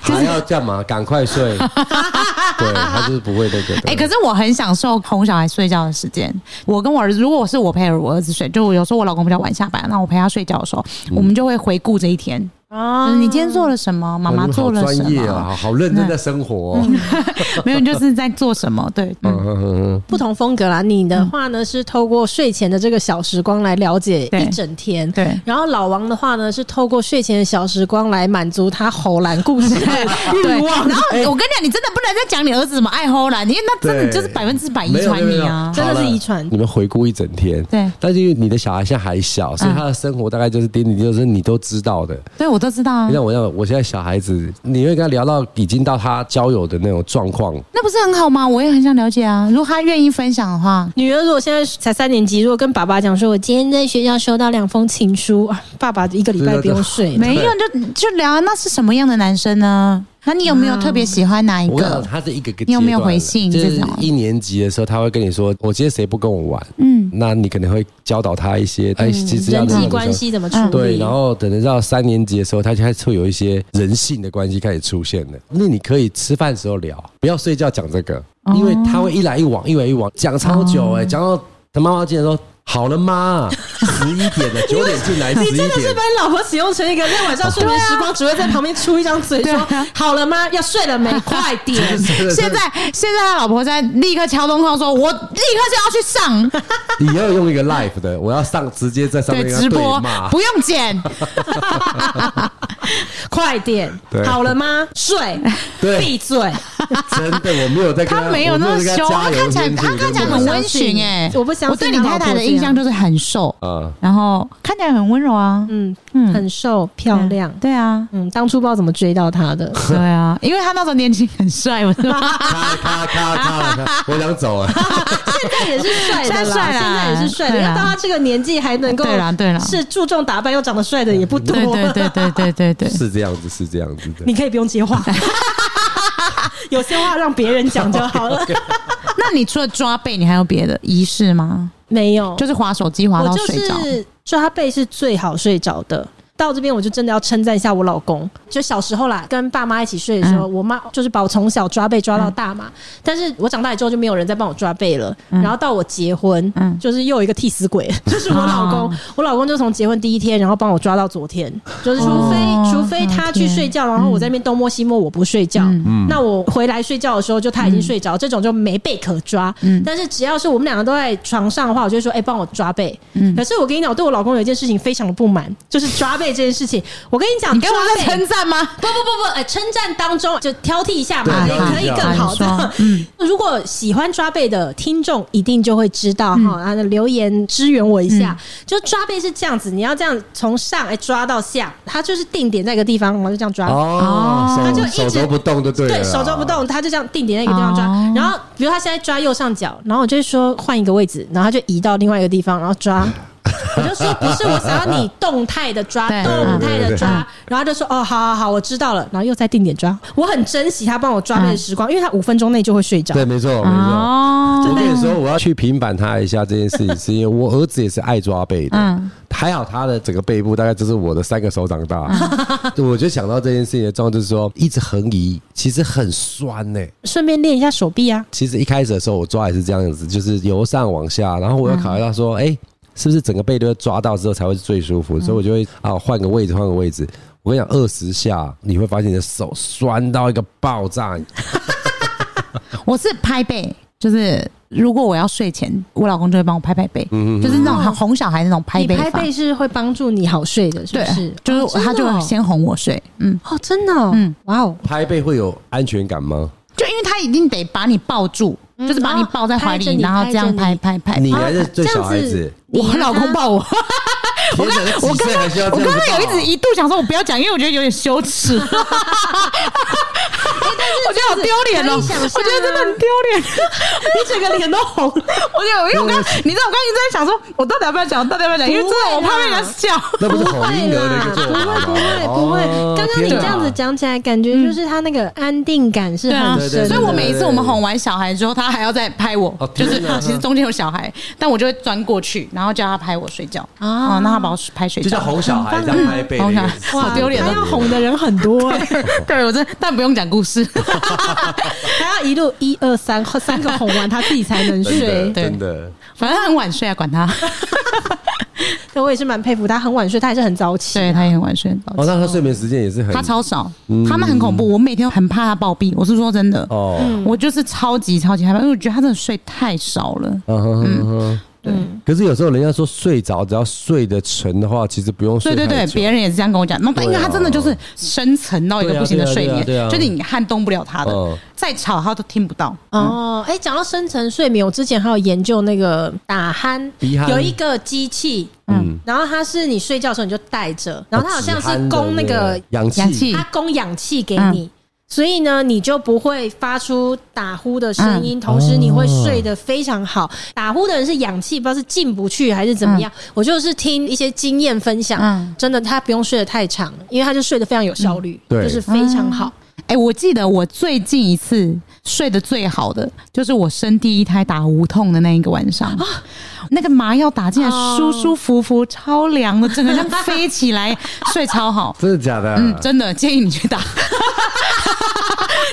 S2: 还要干嘛？赶快睡。对，他就是不会那个的。
S4: 哎、可是我很享受哄小孩睡觉的时间。我跟我儿子，如果是我陪我儿子睡，就有时候我老公比较晚下班，那我陪他睡觉的时候，
S2: 嗯
S4: 我们就会回顾这一天。
S1: 啊
S4: 就是你今天做了什么？妈
S2: 哇你嗯
S4: 妈
S2: 们
S4: 做
S2: 好
S4: 了什
S2: 专业啊，
S4: 么？
S2: 好好认真的生活、哦。
S4: 没有，就是在做什么？对，嗯
S2: 嗯嗯 嗯嗯
S1: 不同风格啦。你的话呢，是透过睡前的这个小时光来了解
S4: 对
S1: 一整天。
S4: 对
S1: 然后老王的话呢，是透过睡前的小时光来满足他吼懒故事的
S4: 对，
S2: 嗯
S1: 欲望。
S4: 然后哎我跟你讲，你真的不能再讲你儿子什么爱齁啦，因为那真的就是百分之百遗
S2: 没有
S4: 传你啊
S2: 没有没有。
S1: 真的是
S2: 好了
S1: 遗传
S2: 你们回顾一整天，
S4: 对
S2: 但是因为你的小孩现在还小，所以他的生活大概就是点点滴滴，就是你都知道的。
S4: 对，我都知道啊
S2: 你，像我，像我现在小孩子，你会跟他聊到已经到他交友的那种状况，
S4: 那不是很好吗？我也很想了解啊。如果他愿意分享的话，
S1: 女儿如果现在才三年级，如果跟爸爸讲说，我今天在学校收到两封情书，啊爸爸一个礼拜不用睡了。
S4: 没有就就聊啊，那是什么样的男生呢？那你有没有特别喜欢哪一
S2: 我跟你讲，
S4: 个？
S2: 他 是一个个
S4: 你有没有
S2: 阶段
S4: 回信
S2: 就是
S4: 这种
S2: 一年级的时候，他会跟你说：“我今天谁不跟我玩？”嗯
S4: 嗯，
S2: 那你可能会教导他一些哎，其实要
S1: 嗯人
S2: 怎么
S1: 际
S2: 说
S1: 关。系怎么处理？
S2: 对，然后等到三年级的时候，他就开始会有一些人性的关系开始出现了。那你可以吃饭的时候聊，不要睡觉讲这个，
S4: 哦
S2: 因为他会一来一往，一来一往讲超
S4: 嗯
S2: 久，哎，讲到他妈妈竟然说：“好了妈，十一 点了，九点进来，十一
S1: 真的是
S2: 点
S1: 把。你老婆使用成一个在晚上
S4: 哦
S1: 睡
S4: 啊
S1: 眠时光，只会在旁边出一张嘴说：“好了吗？要睡了没？快点！”
S2: 真的”
S4: 现在现在他老婆在立刻敲东框说：“我立刻就要去上
S2: 你要用一个 live 的，我要上直接在上面
S4: 对
S2: 跟他
S4: 直播
S2: 骂，
S4: 不用剪。
S1: 快点
S2: 对！
S1: 好了吗？睡，
S2: 对
S1: 闭嘴！
S2: 真的，我没有在跟
S4: 他没有那么凶，他看起来他看起来很温驯哎、
S1: 我不相信
S4: 我对你太太的印象就是很瘦，
S2: 啊，
S4: 然后看起来很温柔啊，
S1: 嗯
S4: 嗯
S1: 很瘦漂亮。
S4: 对啊，
S1: 嗯，当初不知道怎么追到她 的，
S4: 对啊，因为他那时候年轻很帅， 不是吗？
S2: 咔咔咔咔咔，我想走 了。
S1: 现在也是帅的
S4: 现在
S1: 啦，
S4: 帅啦啊
S1: 现在也是帅的。
S4: 对啦啊
S1: 要到他这个年纪还能够
S4: 对啦对啦
S1: 是注重打扮又长得帅的也不多。
S4: 对对对对对对对。
S2: 是这样子，是这样子的。
S1: 你可以不用接话， 有些话让别人讲就好 了。
S4: 那你除了抓背，你还有别的仪式吗？
S1: 没有，
S4: 就是滑手机滑
S1: 我
S4: 到
S1: 就啊
S4: 睡着，
S1: 是抓背是最好睡着的。到这边我就真的要称赞一下我老公，就小时候啦，跟爸妈一起睡的时
S4: 嗯
S1: 候，我妈就是把我从小抓背抓到大嘛。但是我长大之后就没有人再帮我抓背了，然后到我结婚，
S4: 嗯
S1: 就是又有一个替死鬼， 就是我老公
S4: 哦，
S1: 我老公就从结婚第一天，然后帮我抓到昨天，就是除非、
S4: 哦
S1: 除非他去睡觉，嗯然后我在那边东摸西摸，我不睡觉，那我回来睡觉的时候就他已经睡着，这种就没被可抓。但是只要是我们两个都在床上的话，我就会说，哎、帮我抓背。可是我跟你讲，我对我老公有一件事情非常的不满，就是抓背这件事情。我跟你讲，
S4: 你给我在
S1: 抓背
S4: 称赞吗？
S1: 不不不不，哎，称赞当中就挑剔一下嘛，也
S2: 对
S1: 可以
S2: 挑剔一下
S1: 更好
S4: 好你
S1: 的
S4: 说。
S1: 如果喜欢抓背的听众，一定就会知道哈，啊，那留言支援我一下。就抓背是这样子，你要这样从上哎抓到下，它就是定点在一个地方，然后就这样抓。
S2: 哦，
S1: 他就
S2: 手
S1: 一直
S2: 手肘不动就对了，
S1: 对，手肘不。动，他就这样定点在一个地方抓。
S4: 哦
S1: 然后，比如他现在抓右上角，然后我就会说换一个位置，然后他就移到另外一个地方，然后 抓。我就说不是，我想要你动态的抓，
S4: 对
S1: 动态
S2: 对对
S1: 的
S2: 对
S1: 抓。然后他就说哦，好好好，我知道了。然后又在定点抓，我很珍惜他帮我抓背的时光，因为他五分钟内就会睡着。
S2: 对，没错，没错。
S4: 哦，
S2: 我跟你说，我要去平反他一下这件事 情，是因为我儿子也是爱抓背的。
S4: 嗯
S2: 还好他的整个背部大概就是我的三个手掌大。
S4: 嗯
S2: 我就想到这件事情的状况，就是说一直横移，其实很酸呢、
S1: 顺便练一下手臂啊。
S2: 其实一开始的时候，我抓也是这样子，就是由上往下，然后我又考虑到说，哎、是不是整个背都要抓到之后才会是最舒服？所以我就会啊，换个位置，换个位置。我跟你讲，二十下你会发现你的手酸到一个爆炸，
S4: 我是拍背，就是如果我要睡前，我老公就会帮我拍拍背，就是那种哄小孩那种
S1: 嗯
S4: 拍
S1: 你
S4: 背
S1: 拍
S4: 法
S1: 背是会帮助你好睡的，是不是
S4: 对？，就是他就
S1: 哦
S4: 会
S1: 真的
S4: 先哄我睡，嗯，
S1: 哦，哦真的，嗯
S4: 嗯，
S1: 哇哦，
S2: 拍背会有安全感吗？
S4: 就因为他一定得把你抱住，
S1: 嗯
S4: 就是把你抱在
S1: 然后
S4: 怀
S1: 拍着
S4: 里，
S1: 你
S4: 然后这样拍拍拍。
S2: 你还是最小孩
S1: 哦这
S2: 子
S1: 样，你
S4: 我
S1: 还
S4: 老公抱我，
S2: 我刚我刚还需要
S4: 我
S2: 这
S4: 刚
S2: 样子
S4: 刚有一
S2: 抱啊
S4: 直一度想说，我不要讲，因为我觉得有点羞
S1: 哎
S4: 耻， 我觉得好丢脸
S1: 可
S4: 哦，我
S1: 以想象啊
S4: 觉得真的很丢脸，你整个脸都红。 我觉得，因为我刚，你知道，我刚一直在想说，我到底要不要讲，到底要不要讲，因为真的我怕被人家笑。
S2: 那不是
S1: 不
S2: 好
S1: 会
S2: 婴儿的一个做
S1: 不会不
S2: 法吗？
S1: 会不会。
S2: 哦
S1: 刚刚你
S2: 天哪
S1: 这样子讲起来，感觉就是他那个安定感是很
S2: 对啊
S1: 深
S2: 对
S1: 的。
S2: 对
S4: 所以我每一次我们
S2: 对对
S4: 哄完小孩之后，他还要再拍我
S2: 哦，
S4: 就是啊
S2: 天哪
S4: 其实中间有小孩，但我就会钻过去，然后叫他拍我睡觉
S1: 啊
S4: 啊，让他把我拍睡
S2: 就
S4: 觉
S2: 像。哄小孩这样拍背的一个
S4: 嗯
S2: 姿势，
S4: 哇好丢脸
S1: 他
S4: 哦
S1: 要哄的人很多 哎，
S4: 对，我真的但不用讲故事，
S1: 他要一路一二三三个哄完，他自己才能
S2: 真
S1: 睡
S2: 的，。
S4: 对
S2: 真的。
S4: 反正他很晚睡啊，管他。
S1: 对，我也是蛮佩服他，很晚睡，他还是很早起。
S2: 嗯
S4: 对，他也很晚睡，很早起
S2: 哦，那他睡眠时间也是很
S4: 他超少，他们很恐怖。我每天都很怕他暴毙，我是说真的，
S2: 哦，
S4: 我就是超级超级害怕，因为我觉得他真的睡太少了。
S2: 嗯哼嗯哼。对，可是有时候人家说睡着，只要睡得沉的话，其实不用
S4: 对
S2: 睡
S4: 对对
S2: 太，久
S4: 别人也是这样跟我讲。那
S2: 对啊
S4: 因为他真的就是深沉到一个不行的睡眠，
S2: 对啊对啊对啊
S4: 就
S2: 对啊
S4: 是你撼动不了他
S2: 嗯
S4: 的，再吵他都听不到。
S1: 哦，哎，讲到深层睡眠，我之前还有研究那个打鼾
S2: 鼻鼾，
S1: 有一个机器，嗯，然后它是你睡觉的时候你就带着，然后它好像是供那个
S2: 氧气，
S4: 氧气
S1: 它供氧气给你，
S4: 嗯
S1: 所以呢，你就不会发出打呼的声
S4: 嗯
S1: 音，同时你会睡得非常好。
S4: 哦
S1: 打呼的人是氧气不知道是进不去还是怎么样，我就是听一些经验分享，
S4: 嗯
S1: 真的他不用睡得太长，因为他就睡得非常有效率，
S2: 对
S1: 就是非常好。
S4: 哎、我记得我最近一次睡得最好的，就是我生第一胎打无痛的那一个晚上，那个麻药打进来，
S1: 哦
S4: 舒舒服服，超凉的，整个像飞起来，睡超好。
S2: 真的假的？
S4: 嗯，真的建议你去打，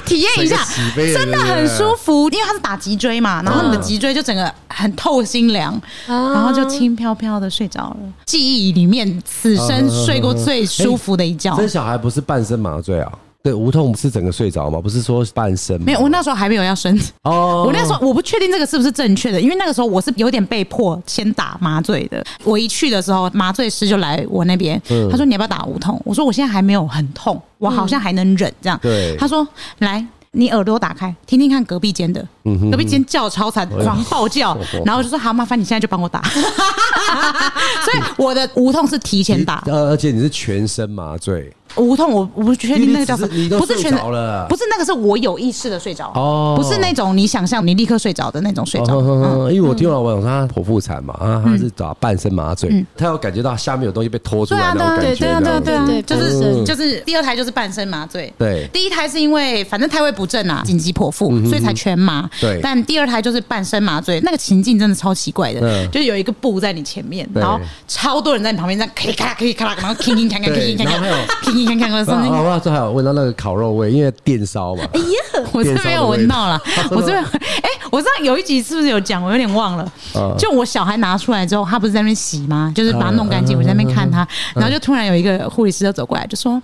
S4: 体验一下，真的很舒
S2: 服。
S4: 服，因为它是打脊椎嘛，然后
S2: 嗯
S4: 你的脊椎就整个很透心凉，然后就
S1: 嗯
S4: 轻飘飘的睡着了。记忆里面，此生睡过最舒服的一觉。
S2: 生小孩不是半身麻醉啊？对，无痛是整个睡着吗？不是说半身吗
S4: 没有，我那时候还没有要生，
S2: 哦，
S4: 我那时候我不确定这个是不是正确的，因为那个时候我是有点被迫先打麻醉的。我一去的时候，麻醉师就来我那边，
S2: 嗯
S4: 他说你要不要打无痛？我说我现在还没有很痛，我好像还能忍这样。
S2: 嗯对
S4: 他说来。你耳朵打开，听听看隔壁间的，
S2: 嗯
S4: 隔壁间叫超惨，狂暴叫，
S2: 哎
S4: 然后我就说好，麻烦你现在就帮我打。 所以我的无痛是提前打，
S2: 呃，而且你是全身麻醉，
S4: 无痛，我我不确定那个叫什
S2: 因为你只是你都
S4: 么，不是全
S2: 睡着了
S4: 不是那个是我有意识的睡着，
S2: 哦
S4: 不是那种你想象你立刻睡着的那种睡着。嗯
S2: 哦呵呵呵因为我听老板说她剖腹产嘛，啊，她是打半身麻醉，她有感觉到下面有东西被拖出
S4: 嗯对
S2: 来
S4: 啊，
S2: 那
S4: 对
S2: 种
S4: 啊，
S2: 感觉，
S4: 对啊，对啊，对啊，
S1: 对
S4: 就
S1: 嗯
S4: 是就是第二胎就是半身麻醉，
S2: 对嗯
S4: 第一胎是因为反正胎位不正啊，紧急剖腹，所以才全麻，
S2: 对
S4: 但第二胎就是半身麻醉，那个情境真的超奇怪的
S2: 嗯，
S4: 就是有一个布在你前面，
S2: 对
S4: 然后超多人在你旁边这样咔哩咔啦咔哩咔啦，然后铿铿锵锵
S2: 对
S4: 铿铿锵锵
S2: 然后还有
S4: 铿铿锵锵的声音
S2: 啊。我这还有闻到那个烤肉味，因为电烧嘛。
S1: 哎呀，
S4: 我是没有闻 到啦，
S2: 电烧的味道
S4: 我是没有。 哎、我知道有一集是不是有讲，我有点忘了。
S2: 嗯
S4: 就我小孩拿出来之后，他不是在那边洗吗？就是
S2: 啊
S4: 把它弄干净，我在那边看他，然后就突然有一个护理师就走过来，就说。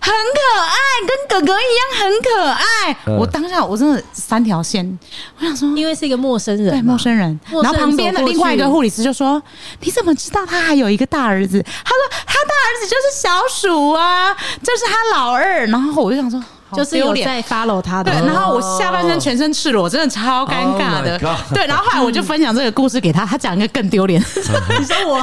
S4: 很可爱，跟哥哥一样很可爱。
S2: 嗯
S4: 我当下我真的三条线，我想说，
S1: 因为是一个陌生人嘛，
S4: 对陌生人，
S1: 陌
S4: 然
S1: 生人
S4: 后旁边的
S1: 走过去
S4: 另外一个护理师就说：“你怎么知道他还有一个大儿子？”他说：“他大儿子就是小鼠啊，这是他老二。”然后我就想说，好
S1: 就是
S4: 丢
S1: 有
S4: 脸
S1: 在 follow 他的
S4: 对，，然后我下半身全身赤裸，真的超尴尬的
S2: Oh my。God
S4: 对，然后后来我就分享这个故事给他，他讲一个更丢脸，
S1: 你说 我，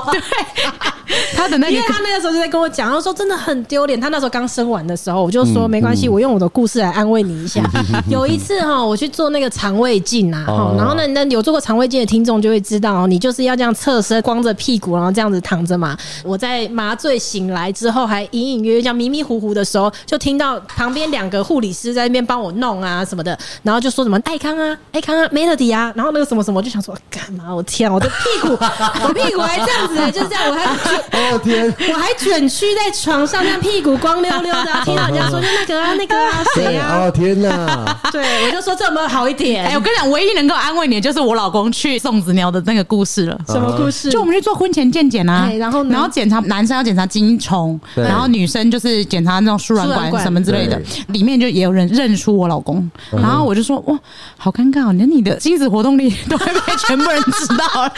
S4: 他的那
S1: 因为
S4: 个
S1: 他那个时候就在跟我讲，他说真的很丢脸。他那时候刚生完的时候，我就说没关系，我用我的故事来安慰你一下。有一次哈，我去做那个肠胃镜啊，哈
S2: 哦
S1: 然后呢，那有做过肠胃镜的听众就会知道，哦你就是要这样侧身，光着屁股，然后这样子躺着嘛。我在麻醉醒来之后，还隐隐约约这样迷迷糊糊的时候，就听到旁边两个护理师在那边帮我弄啊什么的，然后就说什么爱康啊、爱康啊、Melody 啊，然后那个什么什么，我就想说干嘛？我天、啊，我的屁股，我屁股还这样子、欸，就这样，我还就
S2: 哦天，
S1: 我还卷曲在床上，这样屁股光溜溜的、 啊，听到人家说就那个啊那个啊谁
S2: 对
S1: 啊，
S2: 哦天哪！
S1: 对我就说这有没有好一点？
S4: 哎、我跟你讲，唯一能够安慰你的就是我老公去送子鸟的那个故事了。
S1: 什么故事？
S4: 就我们去做婚前健检啊
S1: 哎，然后呢
S4: 然后检查男生要检查精虫，
S2: 对
S4: 然后女生就是检查那种输卵
S1: 输卵
S4: 管
S1: 管嗯
S4: 什么之类的，里面就也有人认出我老公，然后我就说哇，好尴尬、哦，连你的精子活动力都会被全部人知道了，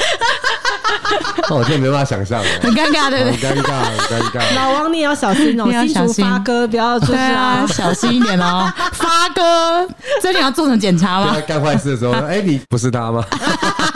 S2: 那哦我真的没办法想象了，哦
S4: 很尴尬，对不
S2: 很
S4: 对？
S2: 尴尬，很 尴尬。
S1: 老王你也要小心哦、
S4: 你要
S1: 新
S4: 小
S1: 竹
S4: 心
S1: 发哥不要就是
S4: 对啊，
S1: 啊。
S4: 小心一点 哦，发哥，最近要做什么检查
S2: 对
S4: 吗
S2: 他？干坏事的时候，哎，你不是他吗？
S1: 啊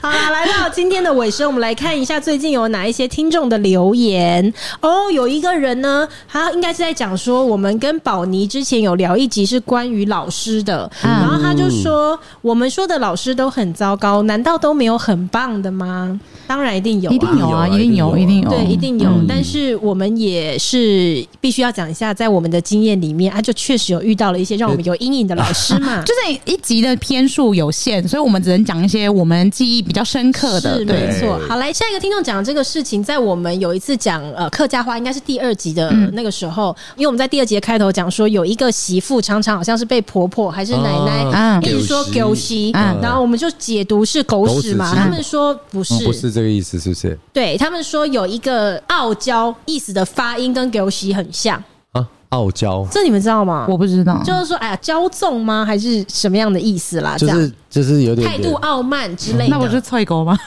S1: 好啦，来到今天的尾声，我们来看一下最近有哪一些听众的留言哦。有一个人呢，他应该是在讲说，我们跟宝妮之前有聊一集是关于老师的，
S4: 嗯
S1: 然后他就说，我们说的老师都很糟糕，难道都没有很棒的吗？当然一定有、啊，
S4: 一定有啊，一定有，
S2: 一
S4: 一
S2: 定
S4: 定有，
S1: 对，一定有。
S4: 嗯
S1: 但是我们也是必须要讲一下，在我们的经验里面，啊，就确实有遇到了一些让我们有阴影的老师 嘛。
S4: 嗯就是一集的篇数有限，所以我们只能讲一些我们记忆比较深刻的。
S1: 是
S4: 对，
S1: 没错。
S2: 对
S1: 好，来下一个听众讲的这个事情，在我们有一次讲呃客家话，应该是第二集的呃那个时候，因为我们在第二集的开头讲说，有一个媳妇常常好像是被婆婆还是奶奶
S4: 啊
S1: 一直说狗席，
S4: 嗯
S1: 然后我们就解读是狗屎嘛，
S2: 狗屎
S1: 他们说不是，
S2: 嗯不是这个意思，是不是？
S1: 对他们说有一个傲娇意思的发音跟狗席很像，
S2: 啊，傲娇
S1: 这你们知道吗？
S4: 我不知道，
S1: 就是说，哎呀，骄纵吗？还是什么样的意思啦？这
S2: 就
S1: 样
S2: 是就是有点
S1: 态度傲慢之类的。
S4: 那我是脆狗吗？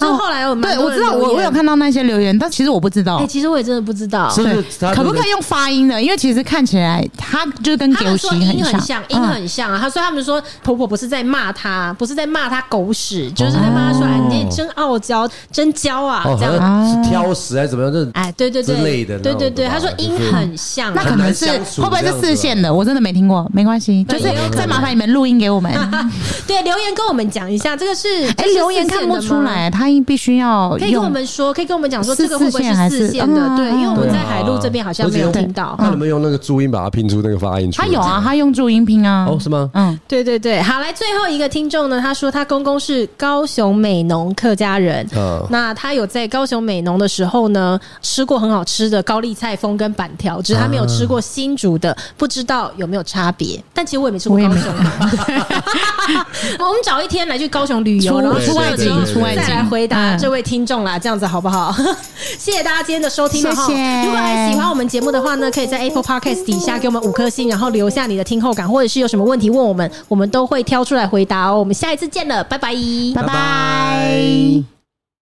S1: 就后来有蛮
S4: 对，
S1: 多
S4: 我
S1: 人
S4: 知道，
S1: 留
S4: 我
S1: 言
S4: 我有。看到那些留言，但其实我不知道
S1: 哎，。其实我也真的不知道。
S2: 是不
S4: 对
S2: 是他
S4: 可不可以用发音的？因为其实看起来它就跟
S1: 他
S4: 狗
S1: 们
S4: 席
S1: 说音很
S4: 像，
S1: 像，音
S4: 嗯
S1: 很像啊！他说他们说婆婆不是在骂他，不是在骂他狗屎，就是在骂他说：“哎，你真傲娇，真娇啊！”
S2: 哦，
S1: 这
S2: 好
S1: 样，
S2: 像是挑食还是怎么样？这
S1: 哎，对对对，
S2: 之类的那
S1: 对
S2: 种
S1: 对对。
S2: 吧
S1: 他说音
S2: 就是
S1: 很像啊，
S4: 那可
S2: 很
S4: 能
S2: 难
S4: 是
S2: 相处
S4: 会不会
S2: 这
S4: 是
S2: 样子
S4: 四
S2: 吧
S4: 线的？我真的没听过，没关系，就是
S1: 也有可
S4: 再麻
S1: 能
S4: 烦你们录音 给我们。
S1: 对留言跟我们讲一下，这个是
S4: 哎
S1: 这，是
S4: 留言看不
S1: 视线
S4: 出
S1: 的吗
S4: 来，他必须要
S1: 可以跟我
S4: 用
S1: 们说，可以跟我们讲说
S4: 是
S1: 这个会不会
S4: 四线还
S1: 四
S4: 是
S1: 线的？
S4: 嗯
S1: 对，因为我们
S2: 对
S1: 在
S2: 啊
S1: 海陆这边好像没有听到。
S2: 那你们用那个注音把它拼出那个发音出来？
S4: 他有啊，他用注音拼啊。
S2: 哦是吗
S4: 嗯，
S1: 对对对，好来，最后一个听众呢，他说他公公是高雄美浓客家人，
S2: 嗯
S1: 那他有在高雄美浓的时候呢，吃过很好吃的高丽菜风跟板条，只是他没有吃过新竹的，不知道有没有差别。但其实我也没吃过
S4: 我也
S1: 高
S4: 没
S1: 雄的， 我们找一天来去高雄旅游，
S4: 出
S1: 然后
S2: 对
S4: 出
S2: 对
S4: 外
S2: 对
S4: 景，
S2: 对
S4: 出外
S1: 再
S4: 景
S1: 来回答
S4: 嗯
S1: 这位听众啦，这样子好不好？ 谢谢大家今天的收听了哈。
S4: 谢谢
S1: 如果还喜欢我们节目的话呢，可以在 Apple Podcast 底下给我们五颗星，然后留下你的听后感，或者是有什么问题问我们，我们都会挑出来回答哦。我们下一次见了，拜拜，
S4: 拜
S2: 拜
S4: 拜
S2: 拜。